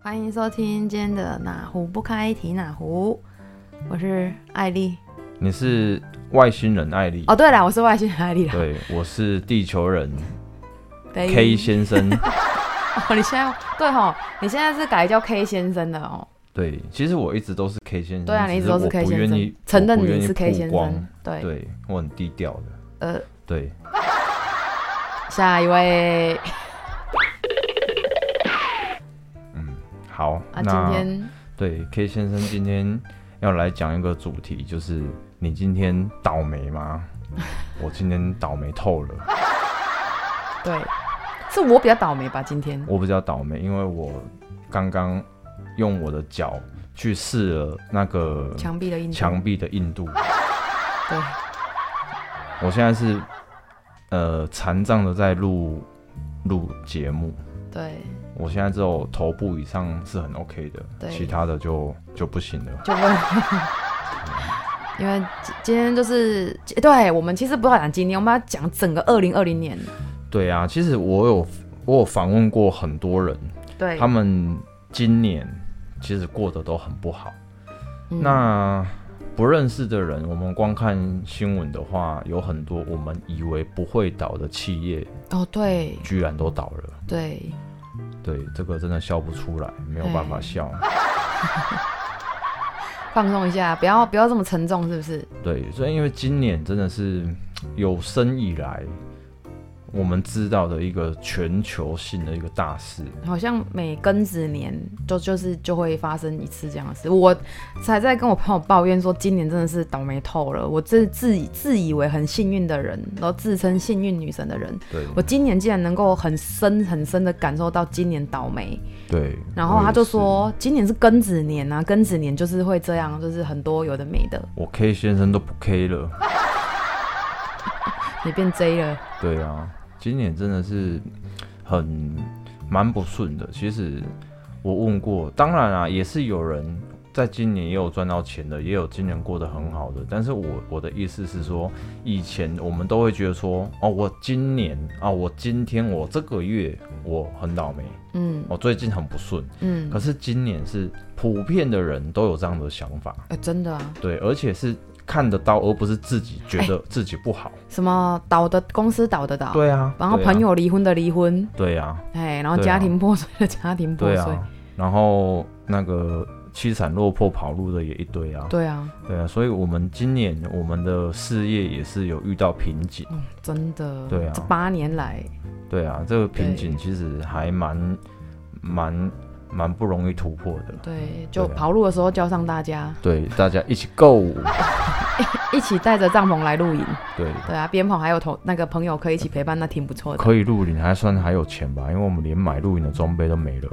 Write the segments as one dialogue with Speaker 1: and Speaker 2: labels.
Speaker 1: 欢迎收听今天的哪壶不开提哪壶，我是艾丽。
Speaker 2: 你是外星人艾丽，
Speaker 1: 哦，对了，我是外星人艾丽啦。
Speaker 2: 对，我是地球人
Speaker 1: 对
Speaker 2: K 先生。
Speaker 1: 哦，你现在对吼，你现在是改叫 K 先生了哦。
Speaker 2: 对，其实我一直都是 K 先生，
Speaker 1: 对啊，你一直都
Speaker 2: 只
Speaker 1: 是
Speaker 2: 我
Speaker 1: K
Speaker 2: 不
Speaker 1: 先
Speaker 2: 愿
Speaker 1: 生
Speaker 2: 意，
Speaker 1: 承认
Speaker 2: 我不愿
Speaker 1: 你
Speaker 2: 意
Speaker 1: 是 K
Speaker 2: 曝
Speaker 1: 先
Speaker 2: 光
Speaker 1: 生。对，
Speaker 2: 对我很低调的，
Speaker 1: 呃，
Speaker 2: 对，
Speaker 1: 下一位
Speaker 2: 嗯，好，
Speaker 1: 啊，今
Speaker 2: 那
Speaker 1: 天
Speaker 2: 对 K 先生今天要来讲一个主题，就是你今天倒霉 吗？我今天倒霉透了，
Speaker 1: 对，是我比较倒霉吧？今天
Speaker 2: 我比较倒霉，因为我刚刚用我的脚去试了那个
Speaker 1: 墙壁的印
Speaker 2: 墙壁的硬度。
Speaker 1: 嗯对，
Speaker 2: 我现在是呃残障的在录录节目，
Speaker 1: 对，
Speaker 2: 我现在只有头部以上是很 OK 的，
Speaker 1: 对
Speaker 2: 其他的就就不行了。
Speaker 1: 就问。 因为今今天就是，对我们其实不要讲今天，我们要讲整个二零二零年。
Speaker 2: 对啊，其实我有我有访问过很多人，
Speaker 1: 对，
Speaker 2: 他们今年其实过得都很不好。
Speaker 1: 嗯
Speaker 2: 那不认识的人，我们光看新闻的话，有很多我们以为不会倒的企业，
Speaker 1: 哦，对
Speaker 2: 居然都倒了。
Speaker 1: 对，
Speaker 2: 对，这个真的笑不出来，没有办法
Speaker 1: 哎
Speaker 2: 笑。
Speaker 1: 放松一下，不要不要这么沉重，是不是？
Speaker 2: 对，所以因为今年真的是有生以来我们知道的一个全球性的一个大事。
Speaker 1: 好像每庚子年就就是就会发生一次这样的事。我才在跟我朋友抱怨说，今年真的是倒霉透了。我这自以自以为很幸运的人，然后自称幸运女神的人，
Speaker 2: 对
Speaker 1: 我今年竟然能够很深很深的感受到今年倒霉。
Speaker 2: 对，
Speaker 1: 然后
Speaker 2: 我也，
Speaker 1: 他就是说，今年是庚子年啊，庚子年就是会这样，就是很多有的没的，
Speaker 2: 我 K 先生都不 K 了。
Speaker 1: 你变 J 了。
Speaker 2: 对啊，今年真的是很蛮不顺的。其实我问过，当然啊，也是有人在今年也有赚到钱的，也有今年过得很好的。但是我我的意思是说，以前我们都会觉得说，哦，我今年啊，我今天我这个月我很倒霉，
Speaker 1: 嗯
Speaker 2: 我最近很不顺。
Speaker 1: 嗯，
Speaker 2: 可是今年是普遍的人都有这样的想法，
Speaker 1: 呃，真的啊，
Speaker 2: 对，而且是看得到，而不是自己觉得自己不好。
Speaker 1: 什么倒的公司倒的倒，
Speaker 2: 对啊，
Speaker 1: 然后
Speaker 2: 对啊
Speaker 1: 朋，友离婚的离婚，
Speaker 2: 对啊。
Speaker 1: 哎，然后
Speaker 2: 对啊
Speaker 1: 家庭破碎的家庭破
Speaker 2: 对
Speaker 1: 碎，
Speaker 2: 啊，然后那个凄惨落魄跑路的也一堆啊，
Speaker 1: 对啊，
Speaker 2: 对啊，所以我们今年我们的事业也是有遇到瓶颈，
Speaker 1: 真的，
Speaker 2: 对啊
Speaker 1: 这八年来，
Speaker 2: 对啊，这个瓶颈其实还蛮蛮蛮不容易突破的，
Speaker 1: 对，就
Speaker 2: 对啊
Speaker 1: 跑路的时候叫上大家，
Speaker 2: 对，大家一起购物，
Speaker 1: 一起带着帐篷来露营，
Speaker 2: 对，
Speaker 1: 对啊，边跑还有同那个朋友可以一起陪伴，那挺不错的。
Speaker 2: 可以露营还算还有钱吧，因为我们连买露营的装备都没了，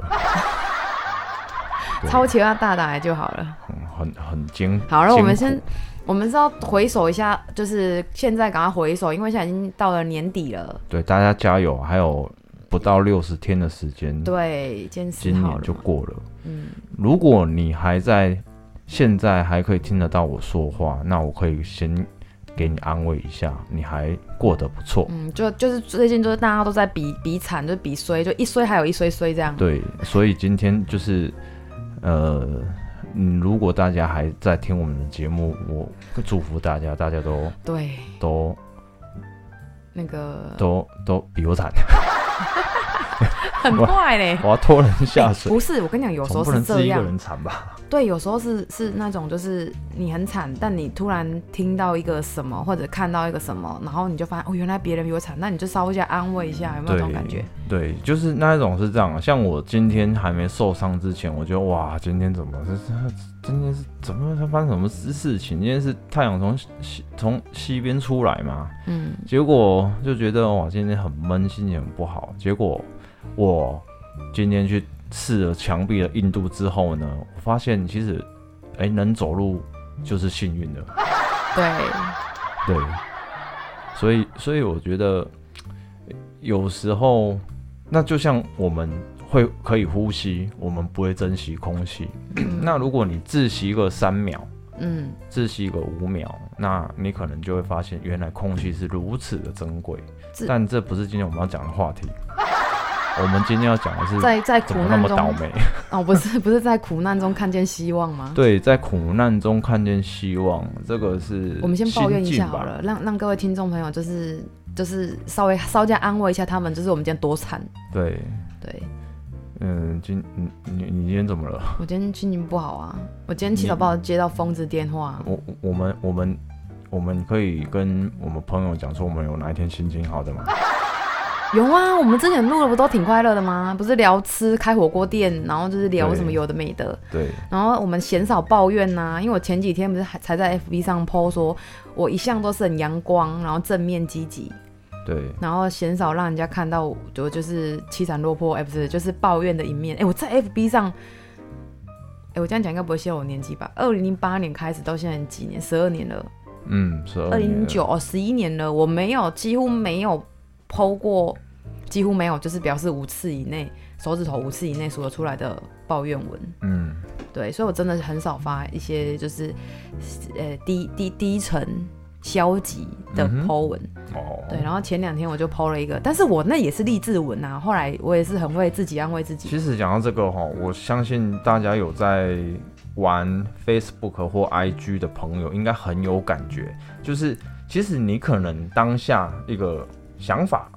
Speaker 2: 对啊
Speaker 1: 超级要大胆来就好了。
Speaker 2: 嗯很很艰，
Speaker 1: 好了，
Speaker 2: 艰
Speaker 1: 我们
Speaker 2: 苦
Speaker 1: 先，我们是要回首一下，就是现在赶快回首，因为现在已经到了年底了。
Speaker 2: 对大家加油，还有不到六十天的时间，
Speaker 1: 对，坚持
Speaker 2: 嗯今
Speaker 1: 好
Speaker 2: 年
Speaker 1: 了
Speaker 2: 就
Speaker 1: 嘛，
Speaker 2: 过了。
Speaker 1: 嗯，
Speaker 2: 如果你还在现在还可以听得到我说话，那我可以先给你安慰一下，你还过得不错。
Speaker 1: 嗯，就就是最近就是大家都在比比惨，就比衰，就一衰还有一衰衰这样。
Speaker 2: 对，所以今天就是，呃，嗯，如果大家还在听我们的节目，我祝福大家，大家都
Speaker 1: 对，
Speaker 2: 都
Speaker 1: 那个
Speaker 2: 都都比我 惨，
Speaker 1: 很快嘞。
Speaker 2: 我要拖人下
Speaker 1: 欸
Speaker 2: 水。
Speaker 1: 不是，我跟你讲，有时
Speaker 2: 总
Speaker 1: 候
Speaker 2: 不
Speaker 1: 是
Speaker 2: 能自
Speaker 1: 这
Speaker 2: 己一个
Speaker 1: 样，
Speaker 2: 人惨吧？
Speaker 1: 对，有时候是是那种，就是你很惨，但你突然听到一个什么，或者看到一个什么，然后你就发现哦，原来别人比我惨，那你就稍微一下安慰一下，有没有这种感觉？
Speaker 2: 对，就是那一种是这样。啊像我今天还没受伤之前，我觉得哇，今天怎么是今天是怎么发生什么事事情？今天是太阳从西从西边出来嘛，
Speaker 1: 嗯，
Speaker 2: 结果就觉得哇，今天很闷，心情很不好。结果我今天去试了墙壁的硬度之后呢，我发现其实哎、能走路就是幸运的。
Speaker 1: 嗯对，
Speaker 2: 对，所以所以我觉得呃有时候，那就像我们会可以呼吸，我们不会珍惜空气。那如果你窒息个三秒，
Speaker 1: 嗯，
Speaker 2: 窒息个五秒，那你可能就会发现，原来空气是如此的珍贵
Speaker 1: 自。
Speaker 2: 但这不是今天我们要讲的话题。我们今天要讲的是
Speaker 1: 在在苦
Speaker 2: 怎么那
Speaker 1: 难
Speaker 2: 么
Speaker 1: 中
Speaker 2: 倒霉。
Speaker 1: 哦，不是不是在苦难中看见希望吗？
Speaker 2: 对，在苦难中看见希望，这个是
Speaker 1: 我们先抱怨一
Speaker 2: 心
Speaker 1: 下
Speaker 2: 境吧
Speaker 1: 好了，让让各位听众朋友就是就是稍微稍加安慰一下他们，就是我们今天多惨。
Speaker 2: 对，
Speaker 1: 对
Speaker 2: 嗯，今你你你今天怎么了？
Speaker 1: 我今天心情不好啊，我今天起早
Speaker 2: 你
Speaker 1: 不好接到疯子电话，
Speaker 2: 我我们我们我们可以跟我们朋友讲说，我们有哪一天心情好的 吗？
Speaker 1: 有啊，我们之前录的不都挺快乐的吗？不是聊吃开火锅店，然后就是聊
Speaker 2: 对
Speaker 1: 什么有的没的，
Speaker 2: 对，
Speaker 1: 然后我们嫌少抱怨呐、因为我前几天不是还才在 FB 上 PO 说，我一向都是很阳光，然后正面积极，
Speaker 2: 对，
Speaker 1: 然后鲜少让人家看到我就就是凄惨落魄，哎、不是，就是抱怨的一面。哎、我在 FB 上，哎、我这样讲应该不会泄露我年纪吧？二零零八年开始到现在几年，十二年了，
Speaker 2: 嗯，是
Speaker 1: 二零零九哦，十一年了，我没有几乎没有剖过，几乎没有，就是表示五次以内，手指头五次以内数得出来的抱怨文。
Speaker 2: 嗯，
Speaker 1: 对，所以我真的很少发一些就是呃低低低沉。消极的
Speaker 2: 嗯哼
Speaker 1: Po 文，
Speaker 2: 哦，
Speaker 1: 对，然后前两天我就 PO 了一个，但是我那也是励志文啊。后来我也是很会自己安慰自己，嗯
Speaker 2: 其实讲到这个哈，我相信大家有在玩 Facebook 或 IG 的朋友，应该很有感觉。就是其实你可能当下一个想法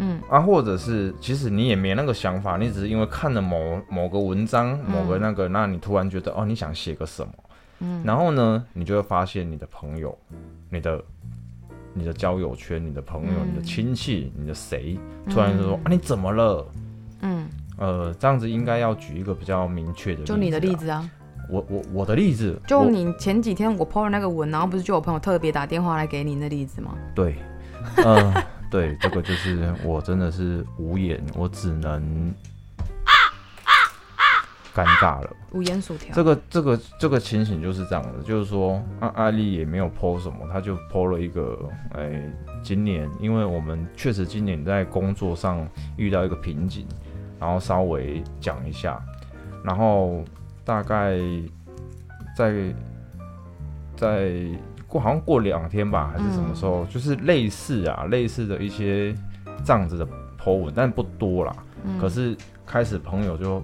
Speaker 1: 嗯，
Speaker 2: 啊，或者是其实你也没那个想法，你只是因为看了某某个文章、某个那个，那你突然觉得哦，你想写个什么，
Speaker 1: 嗯，
Speaker 2: 然后呢，你就会发现你的朋友、你的。你的交友圈、你的朋友、
Speaker 1: 嗯
Speaker 2: 你的亲戚、你的谁，突然就说、
Speaker 1: 嗯
Speaker 2: 啊，你怎么了？
Speaker 1: 嗯，
Speaker 2: 呃，这样子应该要举一个比较明确的、
Speaker 1: 就你的例
Speaker 2: 子
Speaker 1: 子啊，
Speaker 2: 啊，我我我的例子，
Speaker 1: 就
Speaker 2: 我
Speaker 1: 你前几天我 PO 了那个文，然后不是就有朋友特别打电话来给你那例子吗？
Speaker 2: 对，呃， 对，这个就是我真的是无言，我只能尴尬了。
Speaker 1: 无言薯条，
Speaker 2: 这个这个这个情形就是这样的，就是说，阿阿丽也没有 PO 什么，她就 PO 了一个，哎、今年因为我们确实今年在工作上遇到一个瓶颈，然后稍微讲一下，然后大概在在过好像过两天吧，还是
Speaker 1: 嗯
Speaker 2: 什么时候，就是类似啊类似的一些这样子的 PO 文，但不多啦。
Speaker 1: 嗯
Speaker 2: 可是开始朋友就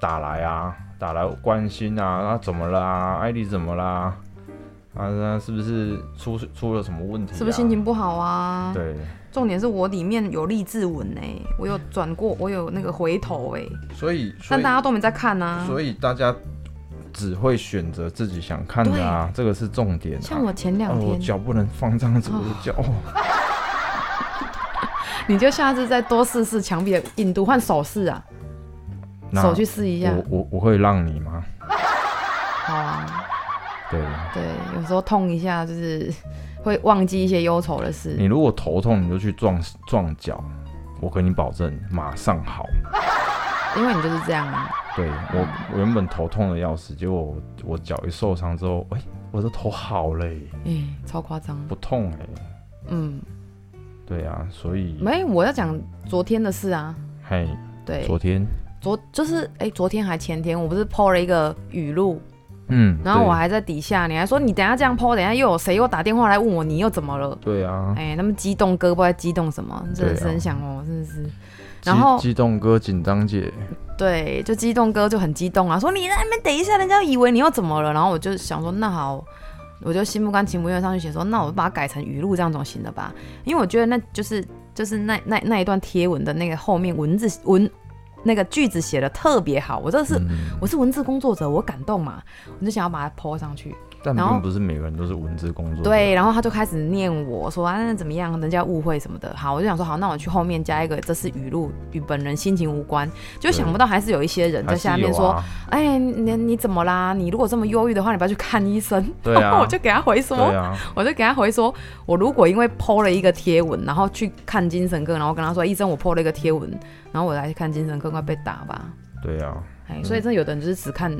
Speaker 2: 打来啊，打来关心啊，那、怎么啦、艾丽怎么啦？啊，那是不是出出了什么问题、啊？
Speaker 1: 是不是心？情不好啊？，
Speaker 2: 对，
Speaker 1: 重点是我里面有励志文哎、我有转过，我有那个回头哎、
Speaker 2: 所以所
Speaker 1: 但
Speaker 2: 以
Speaker 1: 大家都没在看啊。
Speaker 2: 所以大家只会选择自己想看的啊，这个是重点、啊。
Speaker 1: 像我前
Speaker 2: 哦
Speaker 1: 两，
Speaker 2: 我
Speaker 1: 天，
Speaker 2: 脚不能放这样子，我的脚哦，
Speaker 1: 你就下次再多试试墙壁的硬度，换手势啊，
Speaker 2: 那
Speaker 1: 手去试一下，
Speaker 2: 我我我会让你吗？
Speaker 1: 好啊。
Speaker 2: 对
Speaker 1: 对，有时候痛一下就是会忘记一些忧愁的事
Speaker 2: 你。如果头痛，你就去撞撞脚，我跟你保证马上好。
Speaker 1: 因为你就是这样啊。
Speaker 2: 对我我原本头痛的要死，结果我我脚一受伤之后，哎、我的头好嘞、
Speaker 1: 哎、超夸张。
Speaker 2: 不痛哎、
Speaker 1: 嗯，
Speaker 2: 对啊，所以
Speaker 1: 没，我要讲昨天的事啊。
Speaker 2: 嘿，
Speaker 1: 对，
Speaker 2: 昨天，
Speaker 1: 昨就是哎、昨天还前天，我不是 PO 了一个语录，
Speaker 2: 嗯，
Speaker 1: 然后
Speaker 2: 对
Speaker 1: 我还在底下，你还说你等一下这样 PO，等一下又有谁又打电话来问我你又怎么了？
Speaker 2: 对啊，
Speaker 1: 哎、那么激动哥不知道在激动什么，真的是
Speaker 2: 对啊
Speaker 1: 很想哦，真的是。
Speaker 2: 激
Speaker 1: 然后
Speaker 2: 激动哥、紧张姐，
Speaker 1: 对，就激动哥就很激动啊，说你在那边等一下，人家以为你又怎么了？然后我就想说，那好，我就心不甘情不愿上去写说，那我把它改成语录这样总行了吧？因为我觉得那就是就是那那那一段贴文的那个后面文字文那个句子写的特别好，我这是、
Speaker 2: 嗯，
Speaker 1: 我是文字工作者，我感动嘛，我就想要把它 po 上去。
Speaker 2: 但
Speaker 1: 然后
Speaker 2: 并不是每个人都是文字工作，，
Speaker 1: 对，然后他就开始念我说啊，那怎么样？人家误会什么的。好，我就想说好，那我去后面加一个，这是语录，与本人心情无关。就想不到还是有一些人在
Speaker 2: 还
Speaker 1: 下
Speaker 2: 是有
Speaker 1: 面说，
Speaker 2: 啊，
Speaker 1: 哎，你你怎么啦？你如果这么忧郁的话，你不要去看医生。
Speaker 2: 对
Speaker 1: 然后
Speaker 2: 啊，
Speaker 1: 我就给他回说，
Speaker 2: 对啊，
Speaker 1: 我就给他回说，我如果因为 PO 了一个贴文，然后去看精神科，然后跟他说，医生，我 PO 了一个贴文，然后我来看精神科，快被打吧。
Speaker 2: 对啊，
Speaker 1: 哎，所以真的有的人就是只看，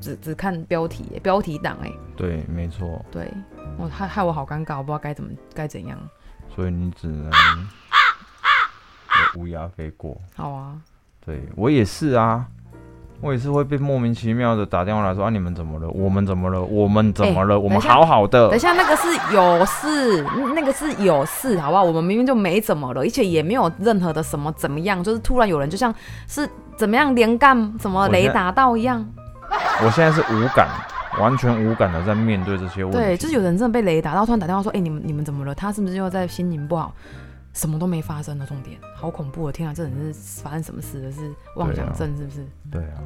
Speaker 1: 只只看标题，标题党，哎，
Speaker 2: 对，没错，
Speaker 1: 对我害害我好尴尬，我不知道该怎么该怎样。
Speaker 2: 所以你 只能有乌鸦飞过。
Speaker 1: 好啊，
Speaker 2: 对我也是啊，我也是会被莫名其妙的打电话来说啊，你们怎么了？我们怎么了？我们怎么了？我
Speaker 1: 哎等
Speaker 2: 们
Speaker 1: 一下
Speaker 2: 好好的
Speaker 1: 等一。下，那个是有事，嗯那个是有事，好不好？我们明明就没怎么了，而且也没有任何的什么怎么样，就是突然有人就像是怎么样连干什么
Speaker 2: 我现在
Speaker 1: 雷达到一样，
Speaker 2: 我现在是无感，完全无感的在面对这些问题。
Speaker 1: 对，就是有人真的被雷打到，突然打电话说：“哎、你们你们怎么了？他是不是又在心情不好？”什么都没发生的重点，好恐怖的！天啊，这人是发生什么事了？是妄想症是不是？
Speaker 2: 对啊，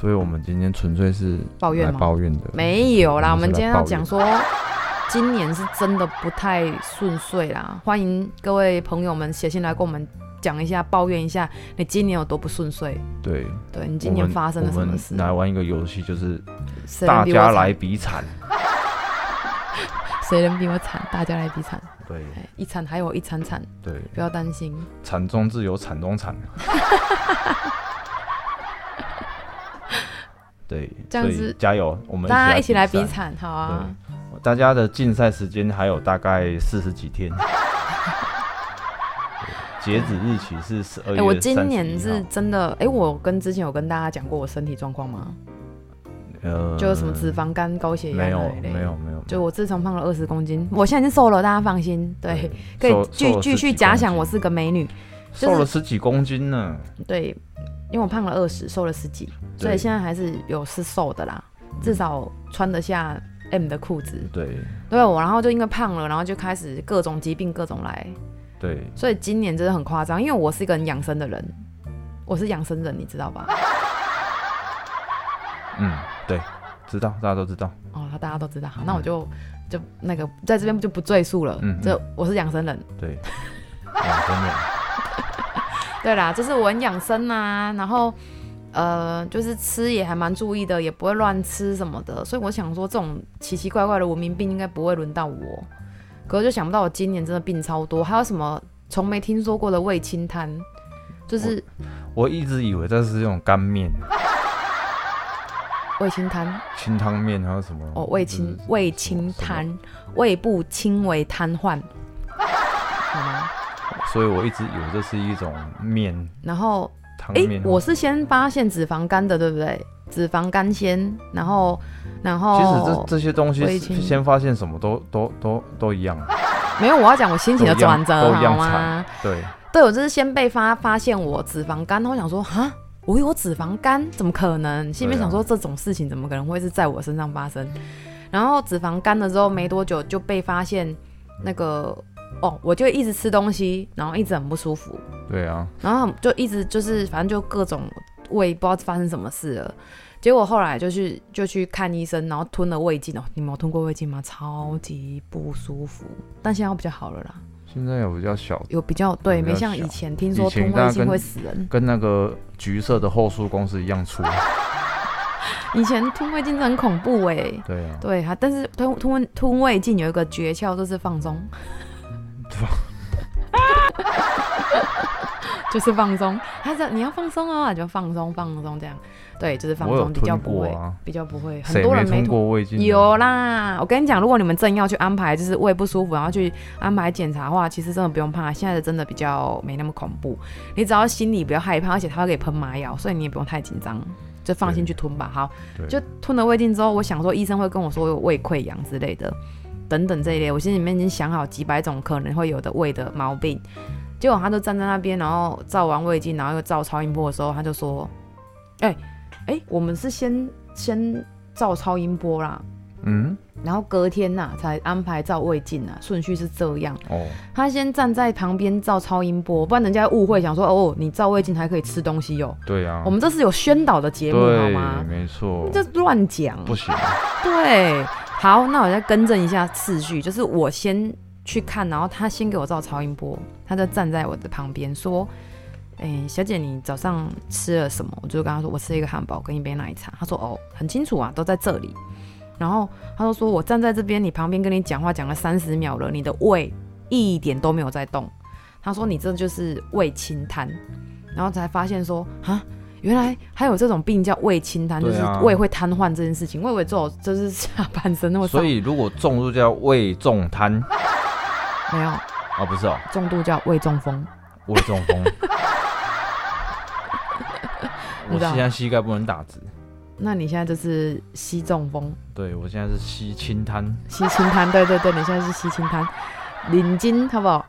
Speaker 2: 所以我们今天纯粹是
Speaker 1: 抱怨
Speaker 2: 来
Speaker 1: 吗
Speaker 2: 抱怨的。
Speaker 1: 没有啦，我
Speaker 2: 我
Speaker 1: 们
Speaker 2: 嗯们是来
Speaker 1: 今天要讲说，今年是真的不太顺遂啦。欢迎各位朋友们写信来跟我们讲一下，抱怨一下你今年有多不顺遂，
Speaker 2: 对，
Speaker 1: 对你今年发生了
Speaker 2: 我
Speaker 1: 什么
Speaker 2: 们
Speaker 1: 事？
Speaker 2: 来玩一个游戏，就是
Speaker 1: 谁人
Speaker 2: 大
Speaker 1: 比我
Speaker 2: 家
Speaker 1: 惨
Speaker 2: 来，比惨。
Speaker 1: 谁人比我惨？大家来比惨，
Speaker 2: 对
Speaker 1: 哎一惨还有一惨惨，
Speaker 2: 对，
Speaker 1: 不要担心。
Speaker 2: 惨中自有惨 中惨。对，
Speaker 1: 这样子
Speaker 2: 所以加油，我们
Speaker 1: 大家一起来比
Speaker 2: 比。
Speaker 1: 惨，好啊！
Speaker 2: 大家的竞赛时间还有大概四十几 天，对截止日期是十二
Speaker 1: 哎、
Speaker 2: 月31号。
Speaker 1: 我今年是真的，哎、我跟之前有跟大家讲过我身体状况吗？
Speaker 2: 呃，
Speaker 1: 就什么脂肪肝、高血压
Speaker 2: 没有
Speaker 1: 那一类
Speaker 2: 没。有没有，
Speaker 1: 就我自从胖了二十公斤，我现在已经瘦了，大家放心。对，可以
Speaker 2: 瘦
Speaker 1: 继继续假想我，
Speaker 2: 瘦了
Speaker 1: 是个美女。
Speaker 2: 十几公斤瘦了十几公斤呢。
Speaker 1: 对，因为我胖了二十，瘦了十几，所以
Speaker 2: 对
Speaker 1: 现在还是有是瘦的啦，至少穿得下 M 的裤子。
Speaker 2: 对
Speaker 1: 对我，然后就因为胖了，然后就开始各种疾病各种来，
Speaker 2: 对，
Speaker 1: 所以今年真的很夸张，因为我是一个很养生的人，我是养生人，你知道吧？
Speaker 2: 嗯，对，知道，大家都知道。
Speaker 1: 哦，大家都知道，好，那我就、就那个在这边就不赘述了。
Speaker 2: 嗯嗯
Speaker 1: 这我是养生人，
Speaker 2: 对，哇真的
Speaker 1: 对啦，就是我很养生啊，然后呃，就是吃也还蛮注意的，也不会乱吃什么的，所以我想说这种奇奇怪怪的文明病应该不会轮到我，可是就想不到我今年真的病超多，还有什么从没听说过的胃清瘫，就是
Speaker 2: 我一直以为这是用干面、
Speaker 1: 胃清瘫
Speaker 2: 清汤面，还有什么
Speaker 1: 哦，胃清
Speaker 2: 嗯
Speaker 1: 胃清，
Speaker 2: 就是
Speaker 1: 瘫，胃部轻微瘫痪， 好吗？
Speaker 2: 什么所以我一直以为这是一种面
Speaker 1: 然后
Speaker 2: 汤
Speaker 1: 哎、
Speaker 2: 面。
Speaker 1: 我是先发现脂肪肝的，对不对？脂肪肝先，然后，然后，
Speaker 2: 其实这这些东西
Speaker 1: 胃哦清
Speaker 2: 是先发现什么都都都都一样，啊
Speaker 1: 没有，我要讲我心情的转
Speaker 2: 都
Speaker 1: 折，
Speaker 2: 一样
Speaker 1: 好吗？
Speaker 2: 对，
Speaker 1: 对，我就是先被发发现我脂肪肝，然后我想说，哈，我有脂肪肝，怎么可能？
Speaker 2: 啊
Speaker 1: 心里面想说这种事情怎么可能会是在我身上发生？然后脂肪肝了之后没多久就被发现那个哦，我就一直吃东西，然后一直很不舒服，
Speaker 2: 对啊，
Speaker 1: 然后就一直就是反正就各种胃不知道发生什么事了。结果后来就去就去看医生，然后吞了胃镜哦。你们有吞过胃镜吗？超级不舒服，但现在比较好了啦。
Speaker 2: 现在有比较小，
Speaker 1: 有比较对，
Speaker 2: 比较
Speaker 1: 没像以
Speaker 2: 小
Speaker 1: 前听说
Speaker 2: 以前
Speaker 1: 吞
Speaker 2: 大
Speaker 1: 胃
Speaker 2: 家
Speaker 1: 镜
Speaker 2: 跟
Speaker 1: 会死人，
Speaker 2: 跟那个橘色的后束公司一样 粗，
Speaker 1: 以前吞胃镜真的很恐怖哎、
Speaker 2: 对啊，
Speaker 1: 对啊，但是吞吞吞胃镜有一个诀窍，就是放松， 就是放松。他说你要放松哦，你就放松放松这样，对，就是放
Speaker 2: 我有
Speaker 1: 松，比较
Speaker 2: 吞
Speaker 1: 不
Speaker 2: 过
Speaker 1: 会，
Speaker 2: 啊，
Speaker 1: 比较不会。很
Speaker 2: 谁
Speaker 1: 多人
Speaker 2: 吞
Speaker 1: 没吞
Speaker 2: 过啊胃镜呢？
Speaker 1: 有啊啦，我跟你讲，如果你们正要去安排，就是胃不舒服，然后去安排检查的话，其实真的不用怕，现在的真的比较没那么恐怖。你只要心里不要害怕，而且它会给你喷麻药，所以你也不用太紧张，就放心去吞吧。好，
Speaker 2: 对
Speaker 1: 就吞了胃镜之后，我想说医生会跟我说有胃溃疡之类的，等等这一类，我心里面已经想好几百种可能会有的胃的毛病。结果他就站在那边，然后照完胃镜，然后又照超音波的时候，他就说：“哎、哎、我们是先先照超音波啦，
Speaker 2: 嗯
Speaker 1: 然后隔天呐、才安排照胃镜啊，顺序是这样。
Speaker 2: 哦，
Speaker 1: 他先站在旁边照超音波，不然人家会误会想说哦，你照胃镜还可以吃东西哟、
Speaker 2: 对啊，
Speaker 1: 我们这是有宣导的节目好
Speaker 2: 对，
Speaker 1: 吗？
Speaker 2: 没错，
Speaker 1: 这乱讲。
Speaker 2: 不行，
Speaker 1: 对，好，那我再更正一下次序，就是我先去看，然后他先给我照超音波，他就站在我的旁边说：“哎、小姐，你早上吃了什么？”我就跟他说：“我吃了一个汉堡跟一杯奶茶。”他说：“哦，很清楚啊，都在这里。”然后他就说：“我站在这边，你旁边跟你讲话讲了三十秒了，你的胃一点都没有在动。”他说：“你这就是胃清瘫。”然后才发现说：“啊。”原来还有这种病叫胃清瘫，就
Speaker 2: 对
Speaker 1: 是
Speaker 2: 啊
Speaker 1: 胃会瘫痪这件事情。我以为只有就是下半身那么，
Speaker 2: 所以如果重度叫胃重瘫
Speaker 1: 没有
Speaker 2: 啊，不 是哦，
Speaker 1: 重度叫胃中风。
Speaker 2: 胃中风。我
Speaker 1: 知道
Speaker 2: 现在膝盖不能打直，
Speaker 1: 那你现在就是吸中风、
Speaker 2: 对我现在是膝轻瘫。
Speaker 1: 吸清瘫，对对对，你现在是吸清瘫，领巾好不好？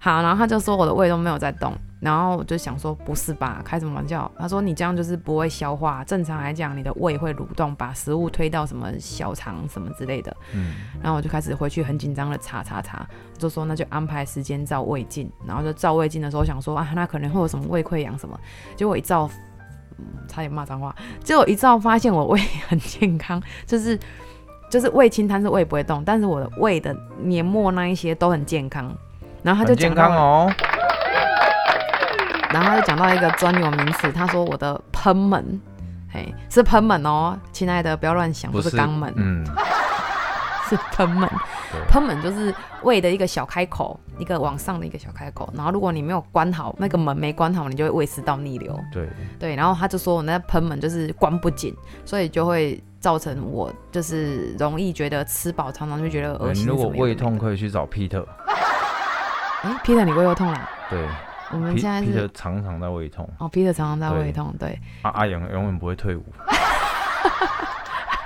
Speaker 1: 好，然后他就说我的胃都没有在动，然后我就想说不是吧，开什么玩笑？他说你这样就是不会消化，正常来讲你的胃会蠕动，把食物推到什么小肠什么之类的。
Speaker 2: 嗯，
Speaker 1: 然后我就开始回去很紧张的查查查，就说那就安排时间照胃镜，然后就照胃镜的时候想说啊，那可能会有什么胃溃疡什么，结果一照，嗯差点骂脏话，结果一照发现我胃很健康，就是就是胃清瘫是胃不会动，但是我的胃的黏膜那一些都很健康，然后他就
Speaker 2: 很健
Speaker 1: 讲到
Speaker 2: 康哦。
Speaker 1: 然后他就讲到一个专有名词，他说我的喷门，嘿，是喷门哦，亲爱的，不要乱想，不是肛门，
Speaker 2: 嗯，
Speaker 1: 是喷门
Speaker 2: 对。
Speaker 1: 喷门就是胃的一个小开口，一个往上的一个小开口。然后如果你没有关好那个门，没关好，你就会胃食道逆流。
Speaker 2: 对，
Speaker 1: 对，然后他就说我那喷门就是关不紧，所以就会造成我就是容易觉得吃饱，常常就觉得恶
Speaker 2: 哎你
Speaker 1: 心。
Speaker 2: 如果胃痛，，可以去找 Peter。
Speaker 1: 哎，Peter，你胃又痛了？
Speaker 2: 对
Speaker 1: 我们
Speaker 2: ，P
Speaker 1: 现在
Speaker 2: Peter
Speaker 1: 是
Speaker 2: 常常在胃痛，
Speaker 1: 哦，Peter 常常在
Speaker 2: 对
Speaker 1: 胃痛，对。
Speaker 2: 阿阿阳永远不会退伍。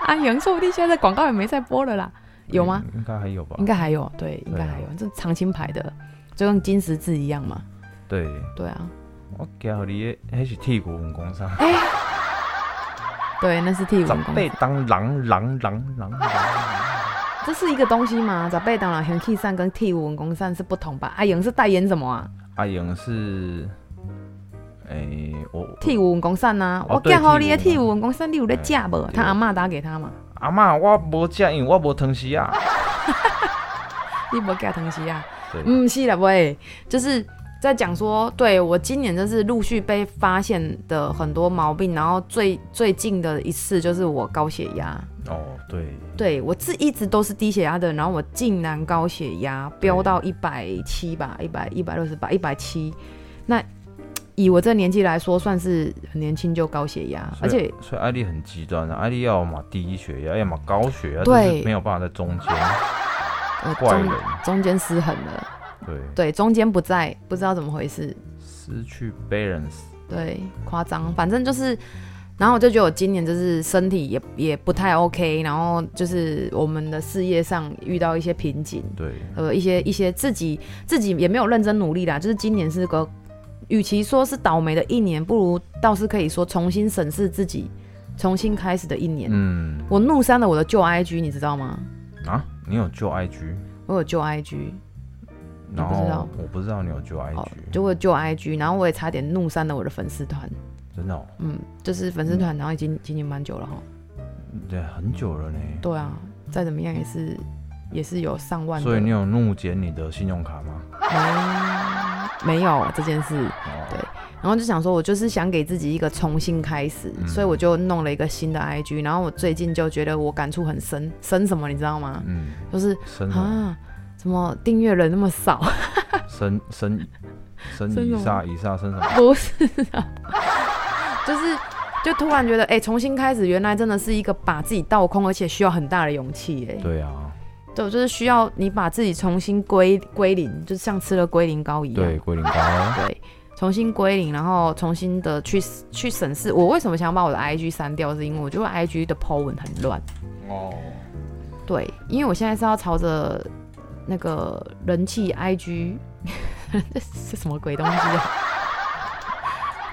Speaker 1: 啊，杨说不定现在广告也没在播了啦，有吗？
Speaker 2: 嗯？应该还有吧
Speaker 1: 应。该还有，对，应
Speaker 2: 对
Speaker 1: 该
Speaker 2: 啊
Speaker 1: 还有，这长青牌的，就跟金十字一样嘛，
Speaker 2: 对，
Speaker 1: 对啊。
Speaker 2: 我教你的那是替骨文工伤，
Speaker 1: 哎、对，那是替我
Speaker 2: 长
Speaker 1: 们
Speaker 2: 辈当狼狼狼狼狼。
Speaker 1: 这是一个东西吗？长辈当然很 K 扇跟替武文公扇是不同吧？阿莹是代言什么啊？
Speaker 2: 阿阳是，诶，我
Speaker 1: 替武文公扇呐、
Speaker 2: 哦
Speaker 1: 啊我
Speaker 2: 对
Speaker 1: 嫁好你的
Speaker 2: 替
Speaker 1: 替
Speaker 2: 武
Speaker 1: 武文公扇，你有在嫁不？
Speaker 2: 对
Speaker 1: 他阿嬷打给他嘛？
Speaker 2: 阿嬷，我无食，因为我无汤匙啊。
Speaker 1: 你不嫁东西啊？
Speaker 2: 对，
Speaker 1: 嗯，是啦，喂，就是在讲说，对我今年就是陆续被发现的很多毛病，然后最最近的一次就是我高血压，
Speaker 2: 哦，对，
Speaker 1: 对我自一直都是低血压的，然后我竟然高血压飙到一百七吧，一百一百六十八，一百七，那以我这年纪来说，算是很年轻就高血压，而
Speaker 2: 所以
Speaker 1: 且
Speaker 2: 所以艾丽很极端的、啊，艾丽要么低血压，要么高血压，
Speaker 1: 对
Speaker 2: 就是没有办法在中 间，
Speaker 1: 我
Speaker 2: 怪人
Speaker 1: 呃中，中间失衡了，
Speaker 2: 对，
Speaker 1: 对，中间不在，不知道怎么回事，
Speaker 2: 失去 balance，
Speaker 1: 对，夸张，反正就是。然后我就觉得我今年就是身体也也不太 OK，然后就是我们的事业上遇到一些瓶颈，
Speaker 2: 对，
Speaker 1: 呃一些一些自己自己也没有认真努力啦，就是今年是个，与其说是倒霉的一年，不如倒是可以说重新审视自己，重新开始的一年。
Speaker 2: 嗯
Speaker 1: 我怒删了我的旧 IG，你知道吗？
Speaker 2: 啊，你有旧 IG，
Speaker 1: 我有旧 IG，
Speaker 2: 然
Speaker 1: 我不知
Speaker 2: 后
Speaker 1: 道
Speaker 2: 我不知道你有旧 IG，、
Speaker 1: 哦，就我有旧 IG，然后我也差点怒删了我的粉丝团，
Speaker 2: 真的、哦，
Speaker 1: 嗯，就是粉丝团，然后已经经营蛮久了哈。
Speaker 2: 对，很久了呢。
Speaker 1: 对啊，再怎么样也是也是有上万的，
Speaker 2: 所以你有怒减你的信用卡吗？
Speaker 1: 嗯没没有啊这件事，
Speaker 2: 哦
Speaker 1: 对，然后就想说，我就是想给自己一个重新开始，
Speaker 2: 嗯
Speaker 1: 所以我就弄了一个新的 IG。然后我最近就觉得我感触很深，深什么你知道吗？
Speaker 2: 嗯，
Speaker 1: 就是
Speaker 2: 生了
Speaker 1: 啊，怎么订阅人那么少？
Speaker 2: 生生生
Speaker 1: 生
Speaker 2: 以
Speaker 1: 什
Speaker 2: 撒
Speaker 1: 么
Speaker 2: 以撒生什么？
Speaker 1: 不是啊，就是就突然觉得，哎、重新开始，原来真的是一个把自己倒空，而且需要很大的勇气、哎，
Speaker 2: 对啊，
Speaker 1: 对，就是需要你把自己重新归归零，就像吃了归零膏一样。
Speaker 2: 对，龟苓膏，
Speaker 1: 对，重新归零，然后重新的去去审视我为什么想把我的 IG 删掉，是因为我觉得 IG 的 po 文很乱。
Speaker 2: 哦，
Speaker 1: 对，因为我现在是要朝着那个人气 IG，这是什么鬼东西啊？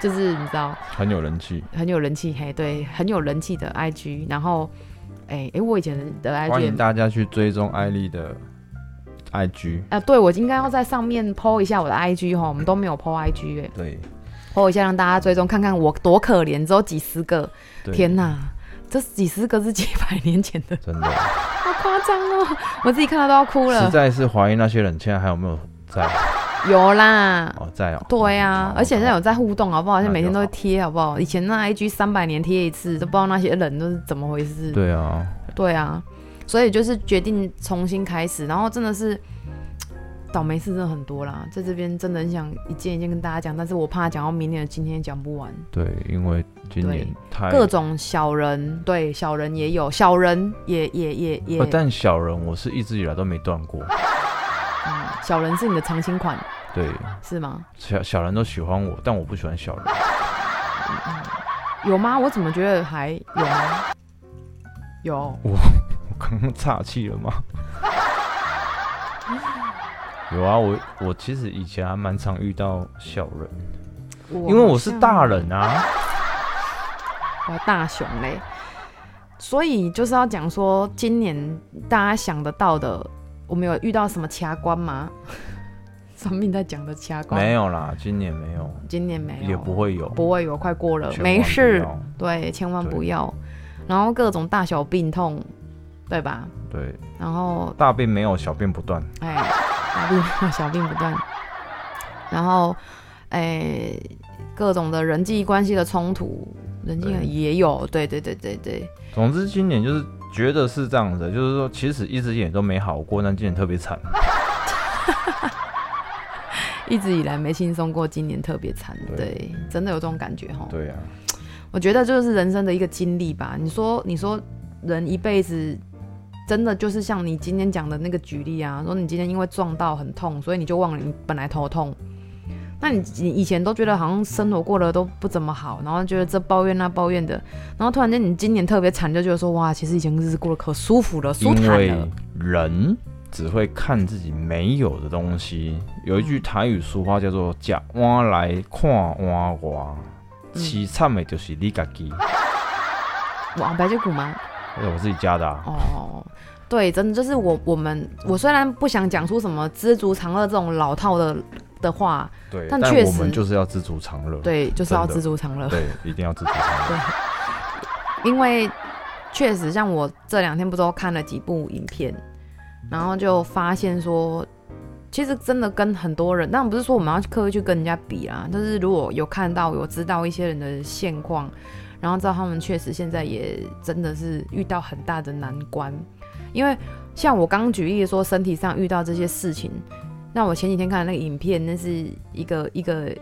Speaker 1: 就是你知道
Speaker 2: 很有人气。
Speaker 1: 很有人气，嘿，对，很有人气的 IG，然后。哎、哎、我以前的
Speaker 2: 欢
Speaker 1: IG 也
Speaker 2: 迎大家去追踪艾丽的 IG。
Speaker 1: 啊，对我应该要在上面 PO 一下我的 IG 哈，我们都没有 PO IG 哎、
Speaker 2: 对，
Speaker 1: PO 一下让大家追踪看看我多可怜，只有几十个，
Speaker 2: 对
Speaker 1: 天呐，这几十个是几百年前的，
Speaker 2: 真的，
Speaker 1: 好夸张哦！我自己看到都要哭
Speaker 2: 实
Speaker 1: 了。
Speaker 2: 在是怀疑那些人现在还有没有在
Speaker 1: 有啦，
Speaker 2: 哦，在哦。
Speaker 1: 对啊
Speaker 2: 好，
Speaker 1: 而且现在有在互动，好不好？
Speaker 2: 那
Speaker 1: 现在每
Speaker 2: 就好
Speaker 1: 天都会贴，好不好？以前那 IG 三百年贴一次，都不知道那些人都是怎么回事。
Speaker 2: 对啊，
Speaker 1: 对啊，所以就是决定重新开始，然后真的是。倒霉事真的很多啦，在这边真的很想一件一件跟大家讲，但是我怕讲到明年的今天讲不完。
Speaker 2: 对，因为今年太
Speaker 1: 各种小人，对小人也有，小人也也也也、
Speaker 2: 呃但小人我是一直以来都没断过。
Speaker 1: 嗯，小人是你的常青款
Speaker 2: 对，
Speaker 1: 是吗？
Speaker 2: 小小人都喜欢我，但我不喜欢小人。
Speaker 1: 有吗？我怎么觉得还有啊？有，
Speaker 2: 我刚刚岔气了吗？ 有啊，我我其实以前还蛮常遇到小人，因为我是大人啊。
Speaker 1: 我大熊嘞，所以就是要讲说，今年大家想得到的，我们有遇到什么掐关吗？ 算命在讲的掐关
Speaker 2: 没，有啦，今年没有，
Speaker 1: 今年没有，
Speaker 2: 也不会有，
Speaker 1: 不会有，快过了，
Speaker 2: 千万
Speaker 1: 没
Speaker 2: 不
Speaker 1: 事，
Speaker 2: 要。
Speaker 1: 对，千万
Speaker 2: 对
Speaker 1: 不要。然后各种大小病痛，对吧？
Speaker 2: 对，
Speaker 1: 然后
Speaker 2: 大便没有，小便不断。
Speaker 1: 哎，大病 小病不断，然后哎，各种的人际关系的冲突，人际
Speaker 2: 对
Speaker 1: 也有，对对对对对，
Speaker 2: 总之，今年就是觉得是这样子，就是说，其实一直也都没好过，但今年特别惨。
Speaker 1: 一直以来没轻松过，今年特别惨，
Speaker 2: 对
Speaker 1: 对，真的有这种感觉哈。
Speaker 2: 对啊，
Speaker 1: 我觉得就是人生的一个经历吧。你说，你说人一辈子真的就是像你今天讲的那个举例啊，说你今天因为撞到很痛，所以你就忘了你本来头痛。那你你以前都觉得好像生活过得都不怎么好，然后觉得这抱怨那抱怨的，然后突然间你今年特别惨，就觉得说哇，其实以前日子过得可舒服了，舒
Speaker 2: 因
Speaker 1: 坦
Speaker 2: 为
Speaker 1: 了。
Speaker 2: 人只会看自己没有的东西。有一句台语俗话叫做“假碗来看碗外”，
Speaker 1: 嗯
Speaker 2: 凄惨的就是你自己。
Speaker 1: 哇，白酒股吗？
Speaker 2: 这是我自己加的啊。
Speaker 1: 哦，对，真的就是我我们我虽然不想讲出什么知足常乐这种老套的的话，
Speaker 2: 对，
Speaker 1: 但
Speaker 2: 但
Speaker 1: 确
Speaker 2: 我们
Speaker 1: 实
Speaker 2: 就是要知足常乐。
Speaker 1: 对，就是要
Speaker 2: 真
Speaker 1: 知
Speaker 2: 的
Speaker 1: 足常乐，
Speaker 2: 对，一定要知足常乐。
Speaker 1: 因为确实像我这两天不都看了几部影片，然后就发现说。其实真的跟很多人，但不是说我们要刻意去跟人家比啦，但是如果有看到有知道一些人的现况，然后知道他们确实现在也真的是遇到很大的难关，因为像我刚举例说身体上遇到这些事情，那我前几天看的那个影片，那是一个一个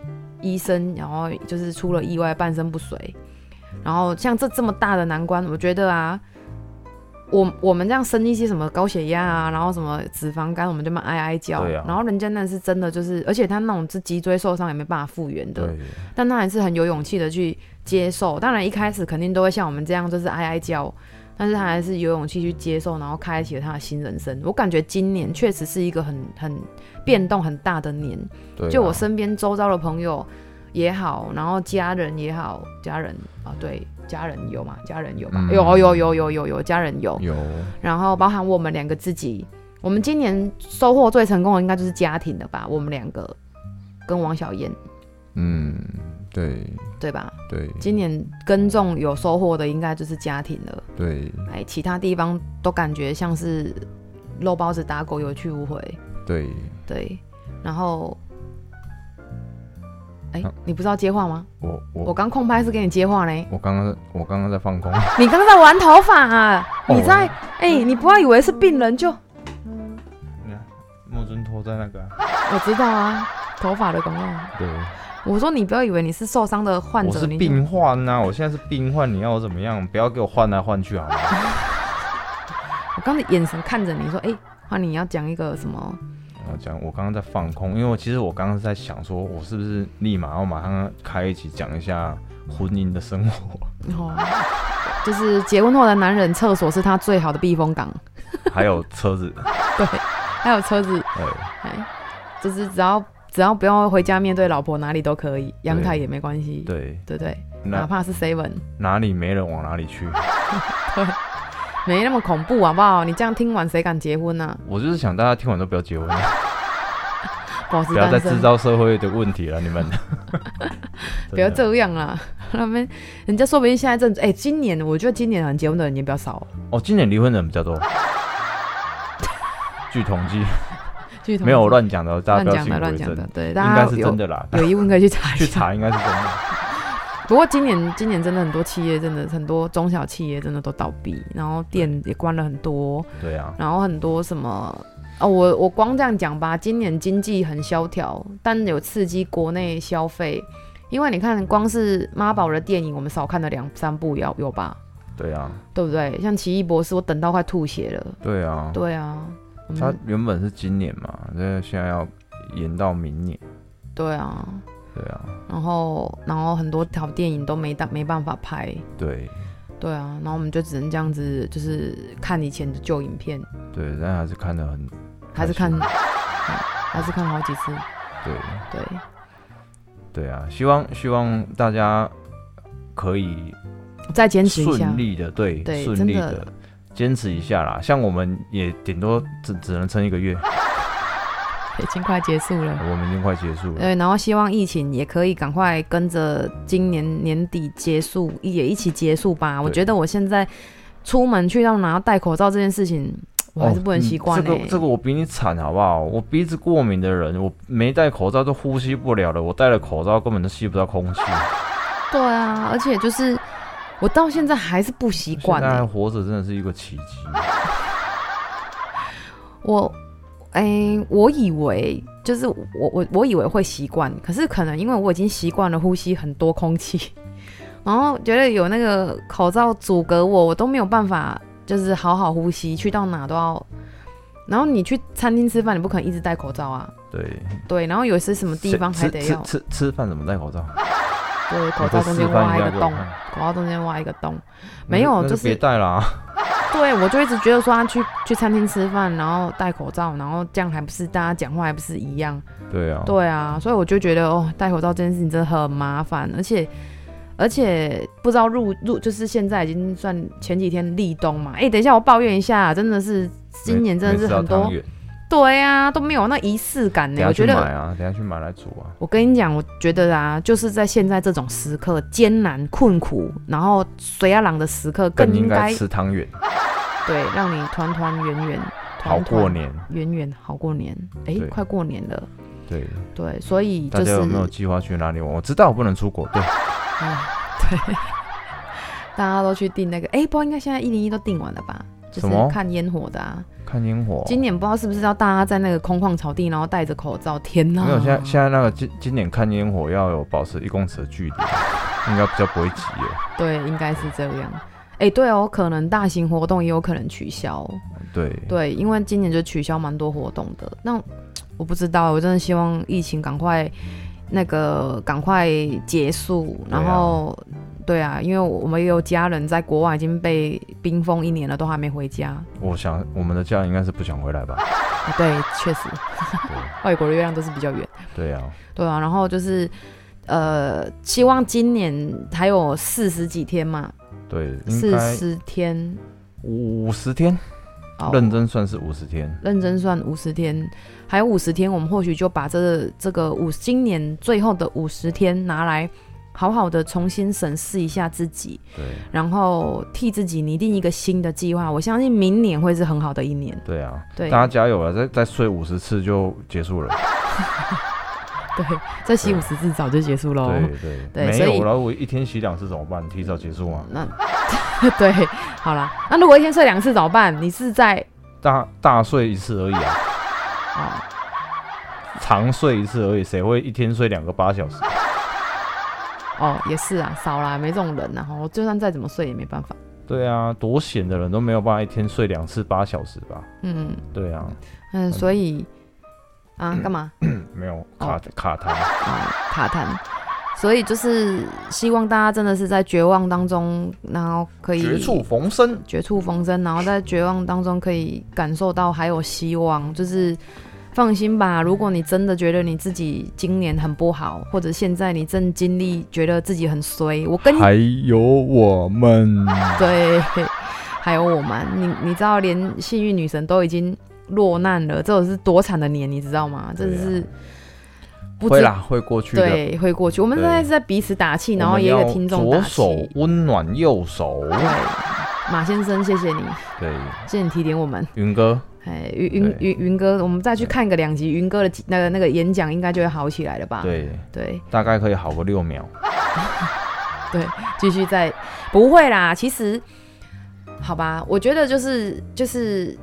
Speaker 1: 医生，然后就是出了意外，半身不遂，然后像这这么大的难关，我觉得啊。我我们这样
Speaker 2: 嗯
Speaker 1: 生一些什么高血压啊，然后什么脂肪肝，我们就慢哀哀叫。
Speaker 2: 对啊
Speaker 1: 然后人家那是真的就是，而且他那种是脊椎受伤也没办法复原的。
Speaker 2: 对，啊
Speaker 1: 但他还是很有勇气的去接受。当然一开始肯定都会像我们这样，就是哀哀叫，但是他还是有勇气去接受，然后开启了他的新人生。我感觉今年确实是一个很 很变动很大的年，
Speaker 2: 对啊。
Speaker 1: 就我身边周遭的朋友也好，然后家人也好，家人啊，对，家人有吗？家人有吗？
Speaker 2: 嗯
Speaker 1: 有有有有有有，家人有。
Speaker 2: 有
Speaker 1: 然后包含我们两个自己，我们今年收获最成功的应该就是家庭了吧？我们两个跟王小燕，
Speaker 2: 嗯，对
Speaker 1: 对吧？
Speaker 2: 对
Speaker 1: 今年耕种有收获的，应该就是家庭了。
Speaker 2: 对
Speaker 1: 哎，其他地方都感觉像是肉包子打狗，有去无回。
Speaker 2: 对，
Speaker 1: 对，然后，哎、
Speaker 2: 啊
Speaker 1: 你不知道接话吗？
Speaker 2: 我
Speaker 1: 我
Speaker 2: 我哦
Speaker 1: 刚空拍是给你接话呢。
Speaker 2: 我刚刚我刚刚在放空，
Speaker 1: 你刚刚在玩头发、啊，
Speaker 2: 哦
Speaker 1: 你在哎、你不要以为是病人就
Speaker 2: 莫尊托在那个啊、
Speaker 1: 我知道啊，头发的广告。
Speaker 2: 对，
Speaker 1: 我说你不要以为你是受伤的患
Speaker 2: 我
Speaker 1: 者，
Speaker 2: 是
Speaker 1: 你就
Speaker 2: 病患呐、我现在是病患，你要我怎么样？不要给我换来换去好吗？
Speaker 1: 我刚才眼神看着你说，哎、那你要讲一个什么？
Speaker 2: 我讲，我刚刚在放空，因为我其实我刚刚是在想说，我是不是立马要马上开一集讲一下婚姻的生活，
Speaker 1: 哦，就是结婚后的男人，厕所是他最好的避风港，
Speaker 2: 还有车子，
Speaker 1: 还有车子，
Speaker 2: 哎、
Speaker 1: 哎，就是只要只要不要回家面对老婆，哪里都可以，阳台也没关系，
Speaker 2: 对，
Speaker 1: 对不对？哪
Speaker 2: 哪
Speaker 1: 怕是 seven，
Speaker 2: 哪里没人往哪里去。
Speaker 1: 没那么恐怖，好不好？你这样听完，谁敢结婚啊呢、
Speaker 2: 我就是想大家听完都不要结婚，
Speaker 1: 啊？保持
Speaker 2: 不要
Speaker 1: 单
Speaker 2: 再制
Speaker 1: 身，
Speaker 2: 造社会的问题了，你们。
Speaker 1: 不要
Speaker 2: 真的
Speaker 1: 这样啦。 他们人家说不定现在正哎，今年我觉得今年好像结婚的人也比较少。
Speaker 2: 哦，今年离婚的人比 较多。据统计，
Speaker 1: 据统计
Speaker 2: 没有我乱讲的，大家
Speaker 1: 乱
Speaker 2: 不要
Speaker 1: 讲的，
Speaker 2: 信以为
Speaker 1: 乱讲的
Speaker 2: 真，，
Speaker 1: 对，
Speaker 2: 应
Speaker 1: 大
Speaker 2: 该
Speaker 1: 家
Speaker 2: 是
Speaker 1: 有
Speaker 2: 真的啦。
Speaker 1: 有疑问可以去查一
Speaker 2: 去
Speaker 1: 下。
Speaker 2: 查应该是真的。
Speaker 1: 不过今年今年真的很多企业，真的很多中小企业真的都倒闭，然后店也关了很多，
Speaker 2: 对啊，
Speaker 1: 然后很多什么哦，我我光这样讲吧，今年经济很萧条，但有刺激国内消费，因为你看光是妈宝的电影，我们少看了两三部要有吧，
Speaker 2: 对啊，
Speaker 1: 对不对？像《奇异博士》，我等到快吐血了。
Speaker 2: 对啊。
Speaker 1: 对啊，我
Speaker 2: 它
Speaker 1: 们
Speaker 2: 原本是今年嘛，那现在要延到明年。
Speaker 1: 对啊，
Speaker 2: 对啊，
Speaker 1: 然后然后很多条电影都没办没办法拍，
Speaker 2: 对
Speaker 1: 对啊，然后我们就只能这样子，就是看以前的旧影片，
Speaker 2: 对，但还是看得很
Speaker 1: 还是看，
Speaker 2: 开
Speaker 1: 嗯
Speaker 2: 心
Speaker 1: 还是看好几次，
Speaker 2: 对
Speaker 1: 对，
Speaker 2: 对啊，希望希望大家可以
Speaker 1: 再坚持一下
Speaker 2: 顺，利的，对，
Speaker 1: 对
Speaker 2: 顺
Speaker 1: 真
Speaker 2: 利
Speaker 1: 的
Speaker 2: 的坚持一下啦。像我们也顶多只只能撑一个月，
Speaker 1: 已经快结束了。
Speaker 2: 我们已经快结束了。
Speaker 1: 对，然后希望疫情也可以赶快跟着今年年底结束，也一起结束吧。我觉得我现在出门去到哪要戴口罩这件事情，我还是不能
Speaker 2: 哦
Speaker 1: 习惯、
Speaker 2: 嗯
Speaker 1: 欸
Speaker 2: 这个这个我比你惨好不好？我鼻子过敏的人，我没戴口罩都呼吸不了了，我戴了口罩根本都吸不到空气。
Speaker 1: 对啊，而且就是我到现在还是不习
Speaker 2: 现
Speaker 1: 惯、
Speaker 2: 在还
Speaker 1: 欸。
Speaker 2: 活着真的是一个奇迹。
Speaker 1: 我，哎、我以为就是我我我以为会习惯，可是可能因为我已经习惯了呼吸很多空气， 然后觉得有那个口罩阻隔我，我都没有办法就是好好呼吸，去到哪都要。然后你去餐厅吃饭，你不可能一直戴口罩啊，
Speaker 2: 对，
Speaker 1: 对。然后有些什么地方还
Speaker 2: 吃
Speaker 1: 得
Speaker 2: 吃
Speaker 1: 要，
Speaker 2: 吃吃饭怎么戴口罩？
Speaker 1: 就是口罩中
Speaker 2: 吃
Speaker 1: 间
Speaker 2: 饭
Speaker 1: 挖一
Speaker 2: 定要
Speaker 1: 个
Speaker 2: 给我
Speaker 1: 洞，
Speaker 2: 看
Speaker 1: 口罩中间挖一个洞。
Speaker 2: 啊那
Speaker 1: 没有
Speaker 2: 那
Speaker 1: 就是
Speaker 2: 别戴了啊。
Speaker 1: 对，我就一直觉得说他去去餐厅吃饭，然后戴口罩，然后这样还不是大家讲话还不是一样？
Speaker 2: 对啊，
Speaker 1: 对啊，所以我就觉得哦，戴口罩这件事情真的很麻烦，而且而且不知道入入就是现在已经算前几天立冬嘛，哎，等一下我抱怨一下，真的是今年真的是很多，对啊，都没有那仪式感
Speaker 2: 等
Speaker 1: 呢，
Speaker 2: 下
Speaker 1: 我
Speaker 2: 去
Speaker 1: 觉
Speaker 2: 买
Speaker 1: 得。
Speaker 2: 啊，等下去买来煮啊。
Speaker 1: 我跟你讲，我觉得啊，就是在现在这种时刻艰难困苦，然后随阿郎的时刻，更
Speaker 2: 更
Speaker 1: 应
Speaker 2: 应
Speaker 1: 该
Speaker 2: 该吃汤圆，
Speaker 1: 对让你团团圆圆，
Speaker 2: 好
Speaker 1: 团团
Speaker 2: 过年。
Speaker 1: 远远好过年，哎、
Speaker 2: 对
Speaker 1: 快过年了，
Speaker 2: 对，
Speaker 1: 对，所以
Speaker 2: 大
Speaker 1: 就是
Speaker 2: 家有没有计划去哪里玩？我知道我不能出国，对，
Speaker 1: 大家都去订那个，哎、不知道应该现在一零一都订完了吧？就是
Speaker 2: 什么
Speaker 1: 看烟火的啊，
Speaker 2: 看烟火。
Speaker 1: 今年不知道是不是要大家在那个空旷草地，然后戴着口罩，天哪！
Speaker 2: 没有，现在现在那个今今年看烟火要有保持一公尺的距离，应该比较不会挤耶。
Speaker 1: 对，应该是这样。哎、对哦，可能大型活动也有可能取消哦，
Speaker 2: 对，
Speaker 1: 对，因为今年就取消蛮多活动的。那我不知道，我真的希望疫情赶快那个赶快结束，
Speaker 2: 啊
Speaker 1: 然后对啊，因为我们也有家人在国外已经被冰封一年了，都还没回家。
Speaker 2: 我想我们的家人应该是不想回来吧？
Speaker 1: 啊对，确实， 外国的月亮都是比较圆。
Speaker 2: 对啊，
Speaker 1: 对啊，然后就是呃，希望今年还有四十几天嘛，
Speaker 2: 对，应
Speaker 1: 四
Speaker 2: 该
Speaker 1: 十天，
Speaker 2: 五十天，
Speaker 1: 哦
Speaker 2: 认真算是五十天。
Speaker 1: 认真算五十天，还有五十天，我们或许就把这这个五今年最后的五十天拿来。好好的重新审视一下自己，
Speaker 2: 对，
Speaker 1: 然后替自己拟定一个新的计划。我相信明年会是很好的一年。
Speaker 2: 对啊，
Speaker 1: 对
Speaker 2: 大家加油啊！再再睡五十次就结束了。
Speaker 1: 对，这洗
Speaker 2: 对
Speaker 1: 五十字早就结束喽。
Speaker 2: 对
Speaker 1: 哦对
Speaker 2: 对，没
Speaker 1: 所以
Speaker 2: 有然后我一天洗两次怎么办？提早结束啊？
Speaker 1: 那 对，好啦，那如果一天睡两次怎么办？你是在
Speaker 2: 大大睡一次而已 啊，
Speaker 1: 哦，
Speaker 2: 长睡一次而已，谁会一天睡两个八小时？
Speaker 1: 哦，也是啊，少啦，没这种人呐、啊。我就算再怎么睡也没办法。
Speaker 2: 对啊，多闲的人都没有办法一天睡两次八小时吧？
Speaker 1: 嗯
Speaker 2: 对啊，
Speaker 1: 嗯，所以啊，干嘛？
Speaker 2: 没
Speaker 1: 哦
Speaker 2: 有卡、卡痰，
Speaker 1: 啊，卡痰。所以就是希望大家真的是在绝望当中，然后可以
Speaker 2: 绝处逢生。
Speaker 1: 绝处逢生，然后在绝望当中可以感受到还有希望，就是放心吧。如果你真的觉得你自己今年很不好，或者现在你正经历觉得自己很衰，我跟你
Speaker 2: 还有我们，
Speaker 1: 对，还有我们，你你知道，连幸运女神都已经落难了，这是多惨的年，你知道吗？这
Speaker 2: 对啊
Speaker 1: 是不
Speaker 2: 会
Speaker 1: 知
Speaker 2: 啦，会过去的。
Speaker 1: 对会过去。我们
Speaker 2: 对
Speaker 1: 现在是在彼此打气，然
Speaker 2: 我
Speaker 1: 后
Speaker 2: 们
Speaker 1: 也
Speaker 2: 要
Speaker 1: 给听众
Speaker 2: 左
Speaker 1: 打气。
Speaker 2: 手温暖右手，
Speaker 1: 对，马先生，谢谢你，
Speaker 2: 对，
Speaker 1: 谢谢你提点我们。
Speaker 2: 云哥，
Speaker 1: 哎，云云
Speaker 2: 对
Speaker 1: 云云哥，我们再去看个两集云哥的那个那个演讲，应该就会好起来了吧？
Speaker 2: 对，
Speaker 1: 对，
Speaker 2: 大概可以好个六秒。
Speaker 1: 继续再不会啦，其实好吧，我觉得就是就是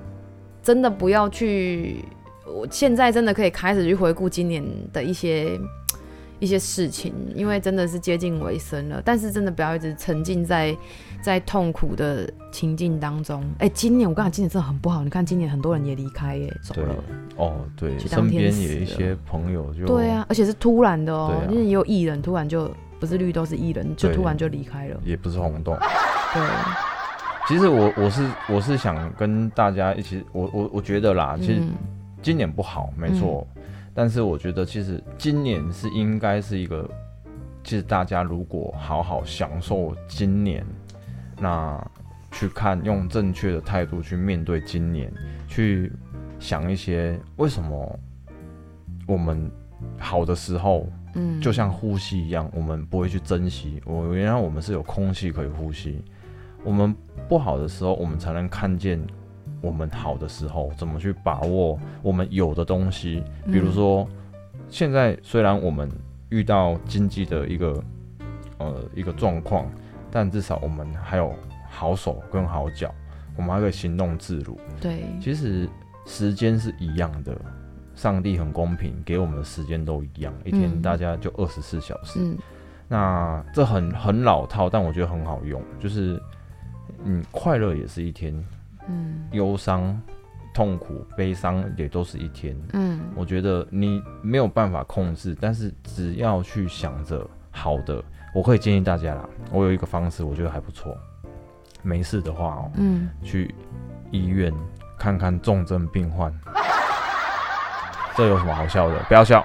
Speaker 1: 真的不要去，我现在真的可以开始去回顾今年的一些一些事情，因为真的是接近尾声了。但是真的不要一直沉浸在在痛苦的情境当中。哎、今年我跟你讲，今年真的很不好。你看，今年很多人也离开耶，走了。
Speaker 2: 哦，对，
Speaker 1: 去
Speaker 2: 身
Speaker 1: 当天
Speaker 2: 边
Speaker 1: 使
Speaker 2: 也一些朋友就
Speaker 1: 对啊，，而且是突然的哦、
Speaker 2: 对啊
Speaker 1: 因为也有艺人突然就不是绿豆是艺人，就
Speaker 2: 对啊
Speaker 1: 突然就离开了。
Speaker 2: 也不是轰动。
Speaker 1: 对，
Speaker 2: 其实我我是我是想跟大家一起，我我我觉得啦，其实
Speaker 1: 嗯
Speaker 2: 今年不好，没错，但是我觉得其实今年是应该是一个，其实大家如果好好享受今年，那去看用正确的态度去面对今年，去想一些为什么我们好的时候
Speaker 1: 嗯，
Speaker 2: 就像呼吸一样，我们不会去珍惜。我原来我们是有空气可以呼吸，我们不好的时候，我们才能看见我们好的时候，怎么去把握我们有的东西。
Speaker 1: 嗯
Speaker 2: 比如说，现在虽然我们遇到经济的一个呃一个状况，但至少我们还有好手跟好脚，我们还可以行动自如。
Speaker 1: 嗯对，
Speaker 2: 其实时间是一样的，上帝很公平，给我们的时间都一样，一天
Speaker 1: 嗯
Speaker 2: 大家就二十四小时。
Speaker 1: 嗯
Speaker 2: 那这很很老套，但我觉得很好用，就是嗯，快乐也是一天，
Speaker 1: 嗯
Speaker 2: 忧伤、痛苦、悲伤也都是一天。
Speaker 1: 嗯
Speaker 2: 我觉得你没有办法控制，但是只要去想着好的，我可以建议大家啦。我有一个方式，我觉得还不错。没事的话哦，
Speaker 1: 嗯，
Speaker 2: 去医院看看重症病患。 这有什么好笑的？不要笑。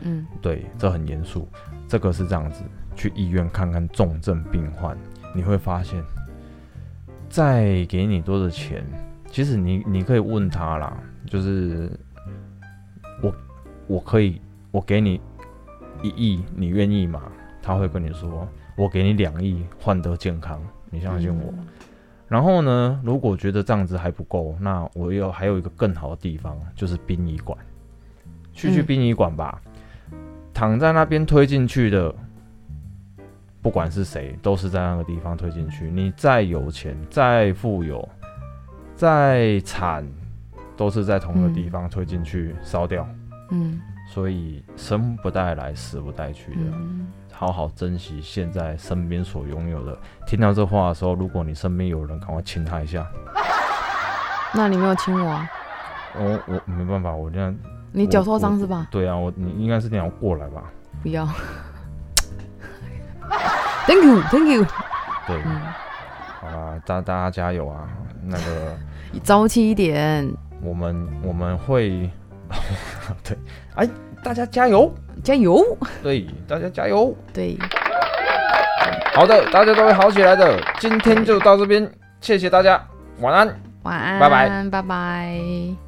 Speaker 1: 嗯，
Speaker 2: 对，这很严肃。这个是这样子，去医院看看重症病患，你会发现，再给你多的钱，其实你你可以问他啦，就是我我可以我给你一亿，你愿意吗？他会跟你说，我给你两亿换得健康，你相信我。然后呢，如果觉得这样子还不够，那我有还有一个更好的地方，就是殡仪馆，去去
Speaker 1: 嗯
Speaker 2: 殡仪馆吧。躺在那边推进去的，不管是谁，都是在那个地方推进去。你再有钱，再富有，再惨，都是在同一个地方推进去烧掉。
Speaker 1: 嗯
Speaker 2: 所以生不带来，死不带去的。
Speaker 1: 嗯
Speaker 2: 好好珍惜现在身边所拥有的。听到这话的时候，如果你身边有人，赶快亲他一下。
Speaker 1: 那你没有亲我、啊，
Speaker 2: 我哦我没办法，我这样。
Speaker 1: 你脚受伤是吧？
Speaker 2: 对啊，我你应该是那样过来吧？
Speaker 1: 不要。Thank you, Thank you。
Speaker 2: 对，
Speaker 1: 嗯，
Speaker 2: 好啦，大大家加油啊！那个
Speaker 1: 朝气一点，
Speaker 2: 我们我们会， 对，哎，大家加油！
Speaker 1: 加油！
Speaker 2: 对，大家加油！
Speaker 1: 对，
Speaker 2: 好的，大家都会好起来的。今天就到这边，谢谢大家，晚安。
Speaker 1: 晚安，
Speaker 2: 拜拜，
Speaker 1: 拜拜。